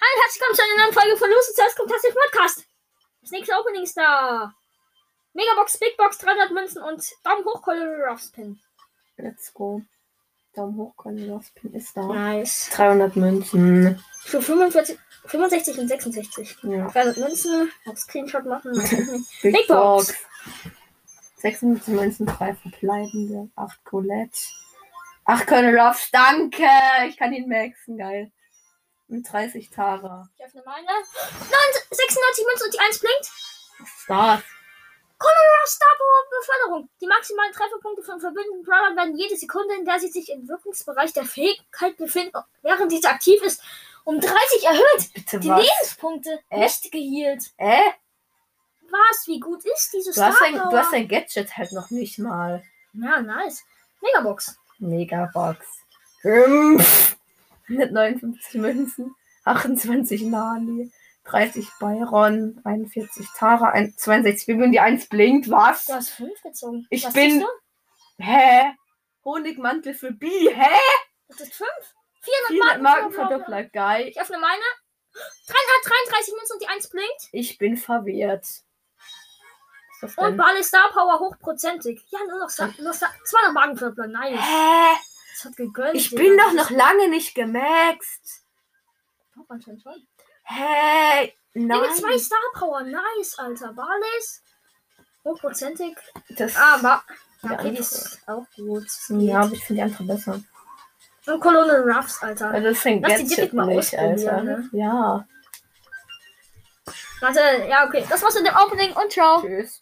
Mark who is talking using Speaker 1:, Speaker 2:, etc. Speaker 1: Hallo, herzlich willkommen zu einer neuen Folge von Lucy Stars Fantastic Podcast. Das nächste Opening ist da. Megabox, Big Box, 300 Münzen und Daumen hoch, Color Ruffs Pin.
Speaker 2: Let's go. Daumen hoch, Conny Lospin ist da.
Speaker 1: Nice.
Speaker 2: 300 Münzen.
Speaker 1: Für 45, 65 und 66.
Speaker 2: Ja.
Speaker 1: 300 Münzen, auf Screenshot machen.
Speaker 2: Big,
Speaker 1: Big Box.
Speaker 2: Box. 56 Münzen, 3 verbleibende, 8 Colette. 8 Colonel Ruffs, danke! Ich kann ihn maxen, geil. Und 30 Tara.
Speaker 1: ich öffne meine. 9, 96 Münzen und die 1 blinkt.
Speaker 2: Was ist das?
Speaker 1: Color Ruffs Star Power Beförderung. Die maximalen Trefferpunkte von verbündeten Brawlern werden jede Sekunde, in der sie sich im Wirkungsbereich der Fähigkeit befinden, während diese aktiv ist, um 30 erhöht.
Speaker 2: Bitte
Speaker 1: Die
Speaker 2: was?
Speaker 1: Lebenspunkte
Speaker 2: Äh?
Speaker 1: nicht gehealt.
Speaker 2: Äh?
Speaker 1: Was? Wie gut ist dieses
Speaker 2: Du hast,
Speaker 1: Star
Speaker 2: dein,
Speaker 1: Power?
Speaker 2: du hast dein Gadget halt noch nicht mal.
Speaker 1: Ja, nice. Megabox.
Speaker 2: Megabox. 5. 159 Münzen, 28 Nani, 30 Byron, 41 Tara, ein- 62 Bibi und die 1 blinkt. Was?
Speaker 1: Du hast 5 gezogen.
Speaker 2: Ich
Speaker 1: Was
Speaker 2: bin-
Speaker 1: siehst du?
Speaker 2: Hä? Honigmantel für Bi, hä?
Speaker 1: Das ist 5.
Speaker 2: 400
Speaker 1: 400
Speaker 2: Marken
Speaker 1: Marken.
Speaker 2: Verdoppler, geil.
Speaker 1: Ich öffne meine. 333 Münzen und die 1 blinkt.
Speaker 2: Ich bin verwirrt. Was ist das
Speaker 1: Und
Speaker 2: denn?
Speaker 1: Bale Star Power hochprozentig. Ja, nur noch, sa- noch sa- 200 Marken für Plan. Nice.
Speaker 2: Hä?
Speaker 1: Das hat gegönnt.
Speaker 2: Ich
Speaker 1: Digga.
Speaker 2: bin doch noch lange nicht gemaxt.
Speaker 1: Doch, anscheinend schon.
Speaker 2: Hä?
Speaker 1: Digga, zwei
Speaker 2: Nein.
Speaker 1: Star Power. Nice, Alter. Bales. Hochprozentig.
Speaker 2: Das
Speaker 1: Aber.
Speaker 2: Die
Speaker 1: Ja, okay, die
Speaker 2: andere.
Speaker 1: ist auch gut.
Speaker 2: ja, aber ich finde die andere besser.
Speaker 1: Und Colonel Ruffs, Alter.
Speaker 2: Also das ist ein
Speaker 1: Lass die
Speaker 2: Gadget
Speaker 1: Dippik mal
Speaker 2: nicht,
Speaker 1: ausprobieren,
Speaker 2: Alter.
Speaker 1: ne?
Speaker 2: Ja.
Speaker 1: Warte, ja, okay. Das war's mit dem Opening und ciao.
Speaker 2: Tschüss.